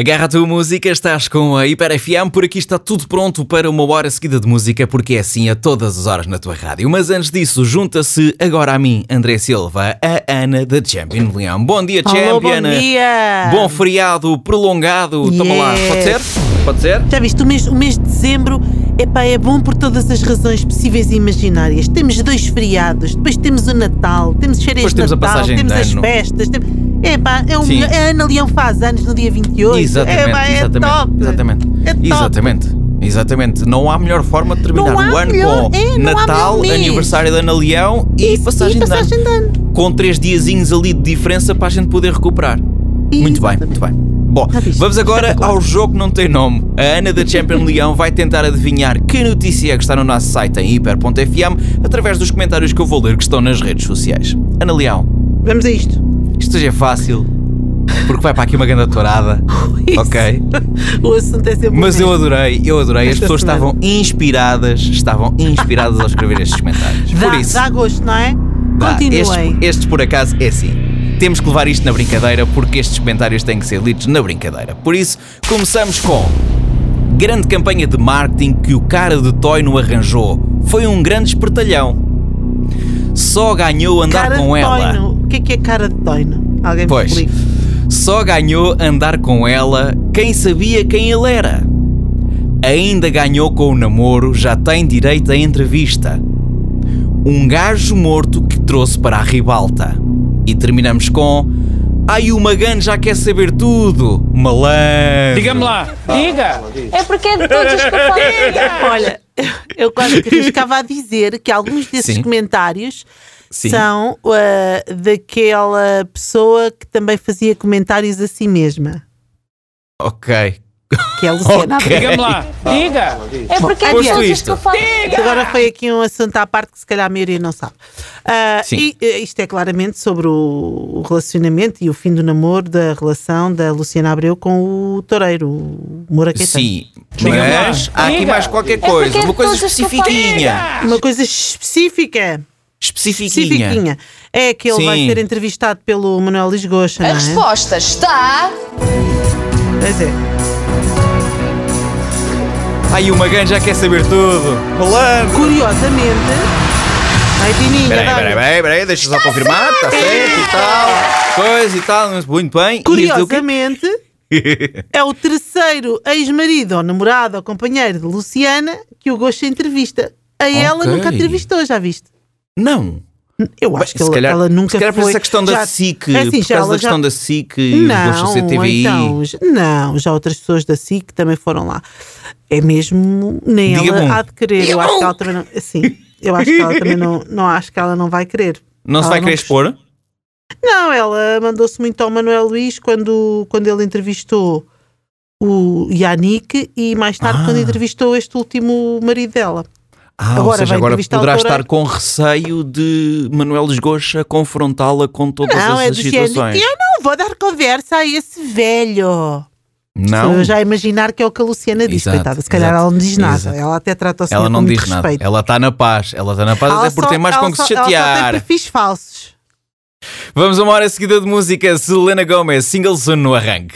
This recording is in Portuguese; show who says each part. Speaker 1: Agarra a tua música, estás com a Hiper FM, por aqui está tudo pronto para uma hora seguida de música, porque é assim a todas as horas na tua rádio. Mas antes disso, junta-se agora a mim, André Silva, a Ana da Champion de Leão. Bom dia,
Speaker 2: Alô,
Speaker 1: Champion!
Speaker 2: bom dia!
Speaker 1: Bom feriado prolongado, toma lá,
Speaker 2: Yes.
Speaker 1: pode ser? Pode ser?
Speaker 2: Já viste, o mês, o mês de dezembro epá, é bom por todas as razões possíveis e imaginárias. Temos dois feriados, depois temos o Natal, temos
Speaker 1: Depois
Speaker 2: férias
Speaker 1: temos a
Speaker 2: de Natal,
Speaker 1: passagem de
Speaker 2: temos as
Speaker 1: ano.
Speaker 2: festas. Temos... Epá, é o
Speaker 1: Sim.
Speaker 2: melhor. A Ana Leão faz anos no dia 28.
Speaker 1: Exatamente,
Speaker 2: Epá, é
Speaker 1: exatamente,
Speaker 2: top.
Speaker 1: exatamente,
Speaker 2: É top.
Speaker 1: exatamente, exatamente. Não há melhor forma de terminar
Speaker 2: Não há
Speaker 1: o ano
Speaker 2: melhor-
Speaker 1: com
Speaker 2: é, não há
Speaker 1: Natal,
Speaker 2: melhor mês.
Speaker 1: aniversário da Ana Leão e, passagem, de
Speaker 2: e
Speaker 1: ano.
Speaker 2: passagem de ano.
Speaker 1: com três diazinhos ali de diferença para a gente poder recuperar. Muito bem, muito
Speaker 2: Exatamente.
Speaker 1: bem. Bom,
Speaker 2: Está visto.
Speaker 1: vamos agora ao jogo que não tem nome. A Ana da Champion Leão vai tentar adivinhar que notícia é que está no nosso site em hiper.fm através dos comentários que eu vou ler que estão nas redes sociais. Ana Leão,
Speaker 2: Vamos a isto.
Speaker 1: isto hoje é fácil, porque vai para aqui uma grande tourada. Ok.
Speaker 2: O assunto é sempre.
Speaker 1: Mas
Speaker 2: o
Speaker 1: eu
Speaker 2: mesmo.
Speaker 1: adorei, eu adorei. As
Speaker 2: Esta
Speaker 1: pessoas
Speaker 2: semana.
Speaker 1: estavam inspiradas, estavam inspiradas ao escrever estes comentários.
Speaker 2: Dá,
Speaker 1: Por isso,
Speaker 2: dá gosto, não é?
Speaker 1: Vá,
Speaker 2: Continuem.
Speaker 1: Estes, estes, por acaso é assim. Temos que levar isto na brincadeira porque estes comentários têm que ser lidos na brincadeira. Por isso, começamos com grande campanha de marketing que o cara de Toy não arranjou. Foi um grande espertalhão. Só ganhou andar
Speaker 2: Cara
Speaker 1: com
Speaker 2: de
Speaker 1: ela.
Speaker 2: toino. O que é que é cara de toino? Alguém
Speaker 1: Pois.
Speaker 2: me explica.
Speaker 1: Só ganhou andar com ela quem sabia quem ele era. Ainda ganhou com o namoro, já tem direito à entrevista. Um gajo morto que trouxe para a ribalta. E terminamos com. Ai, o Magan já quer saber tudo! Malandro!
Speaker 3: Diga-me lá, diga!
Speaker 4: É porque é de todos os que eu falei.
Speaker 2: Olha, eu quase que arriscava a dizer que alguns desses
Speaker 1: Sim.
Speaker 2: comentários
Speaker 1: Sim.
Speaker 2: são ah, daquela pessoa que também fazia comentários a si mesma,
Speaker 1: Ok.
Speaker 2: que é a
Speaker 1: Ok.
Speaker 2: Luciana. Abreu.
Speaker 3: Diga-me lá, diga!
Speaker 4: É porque é de
Speaker 1: Posto
Speaker 4: todos os que
Speaker 1: isto.
Speaker 4: eu falei.
Speaker 2: Agora foi aqui um assunto à parte que se calhar a maioria não sabe. Ah,
Speaker 1: Sim.
Speaker 2: e eh, isto é claramente sobre o o relacionamento e o fim do namoro da relação da Luciana Abreu com o Toureiro, o Moraqueta.
Speaker 1: Sim.
Speaker 3: Diga-me lá.
Speaker 1: Mas há aqui
Speaker 3: Diga.
Speaker 1: mais qualquer
Speaker 4: porque
Speaker 1: coisa.
Speaker 4: é
Speaker 1: Uma coisa
Speaker 4: todas as que eu
Speaker 1: especifiquinha.
Speaker 2: Uma coisa específica.
Speaker 1: Especifiquinha.
Speaker 2: Especifiquinha. É que ele vai
Speaker 1: Sim.
Speaker 2: ser entrevistado pelo Manuel Lisgocha, não
Speaker 4: A
Speaker 2: é?
Speaker 4: resposta está.
Speaker 2: Pois é.
Speaker 1: Ai, o Magan já quer saber tudo! Malandro!
Speaker 2: Curiosamente. Vai, Pininha,
Speaker 1: Peraí,
Speaker 2: vai.
Speaker 1: peraí, peraí, peraí, deixa só confirmar, está Tá certo e tal, coisa e tal, mas muito bem. E este o quê?
Speaker 2: Curiosamente, é o terceiro ex-marido, ou namorado, ou companheiro de Luciana que o Gosta entrevista. A ela nunca a entrevistou, já viste?
Speaker 1: Não.
Speaker 2: Eu acho
Speaker 1: Bem,
Speaker 2: que ela,
Speaker 1: calhar,
Speaker 2: ela nunca
Speaker 1: se calhar por
Speaker 2: foi.
Speaker 1: essa questão da
Speaker 2: já-
Speaker 1: SIC,
Speaker 2: é assim,
Speaker 1: por causa
Speaker 2: já ela
Speaker 1: da
Speaker 2: já-
Speaker 1: questão da SIC e do
Speaker 2: Não,
Speaker 1: CCTVI.
Speaker 2: então, já- não, já outras pessoas da SIC também foram lá. É mesmo, nem
Speaker 1: Diga-me um.
Speaker 2: ela há de querer. Eu acho que ela também não. Sim, eu acho que ela também não, não acho que ela não vai querer.
Speaker 1: Não se
Speaker 2: Ela
Speaker 1: vai querer expor?
Speaker 2: Não, ela mandou-se muito ao Manuel Luís quando, quando ele entrevistou o Yannick e mais tarde
Speaker 1: Ah.
Speaker 2: quando entrevistou este último marido dela.
Speaker 1: Ah, ou
Speaker 2: Agora
Speaker 1: seja,
Speaker 2: vai
Speaker 1: agora
Speaker 2: entrevistar o
Speaker 1: poderá
Speaker 2: Touré.
Speaker 1: estar com receio de Manuel Desgoxa confrontá-la com todas
Speaker 2: não, é do
Speaker 1: essas
Speaker 2: género.
Speaker 1: situações.
Speaker 2: Eu não vou dar conversa a esse velho.
Speaker 1: Não,
Speaker 2: Eu já imaginar que é o que a Luciana diz,
Speaker 1: Exato,
Speaker 2: coitada. Se calhar
Speaker 1: exato,
Speaker 2: ela não diz nada.
Speaker 1: exato.
Speaker 2: Ela até trata o senhor
Speaker 1: ela
Speaker 2: com
Speaker 1: não
Speaker 2: muito
Speaker 1: diz nada.
Speaker 2: respeito.
Speaker 1: Ela está na paz, ela está na paz até por ter mais
Speaker 2: ela
Speaker 1: com que se
Speaker 2: só- ela só tem
Speaker 1: chatear.
Speaker 2: perfis falsos.
Speaker 1: Vamos a uma hora seguida de música. Selena Gomez, Singleton no arranque.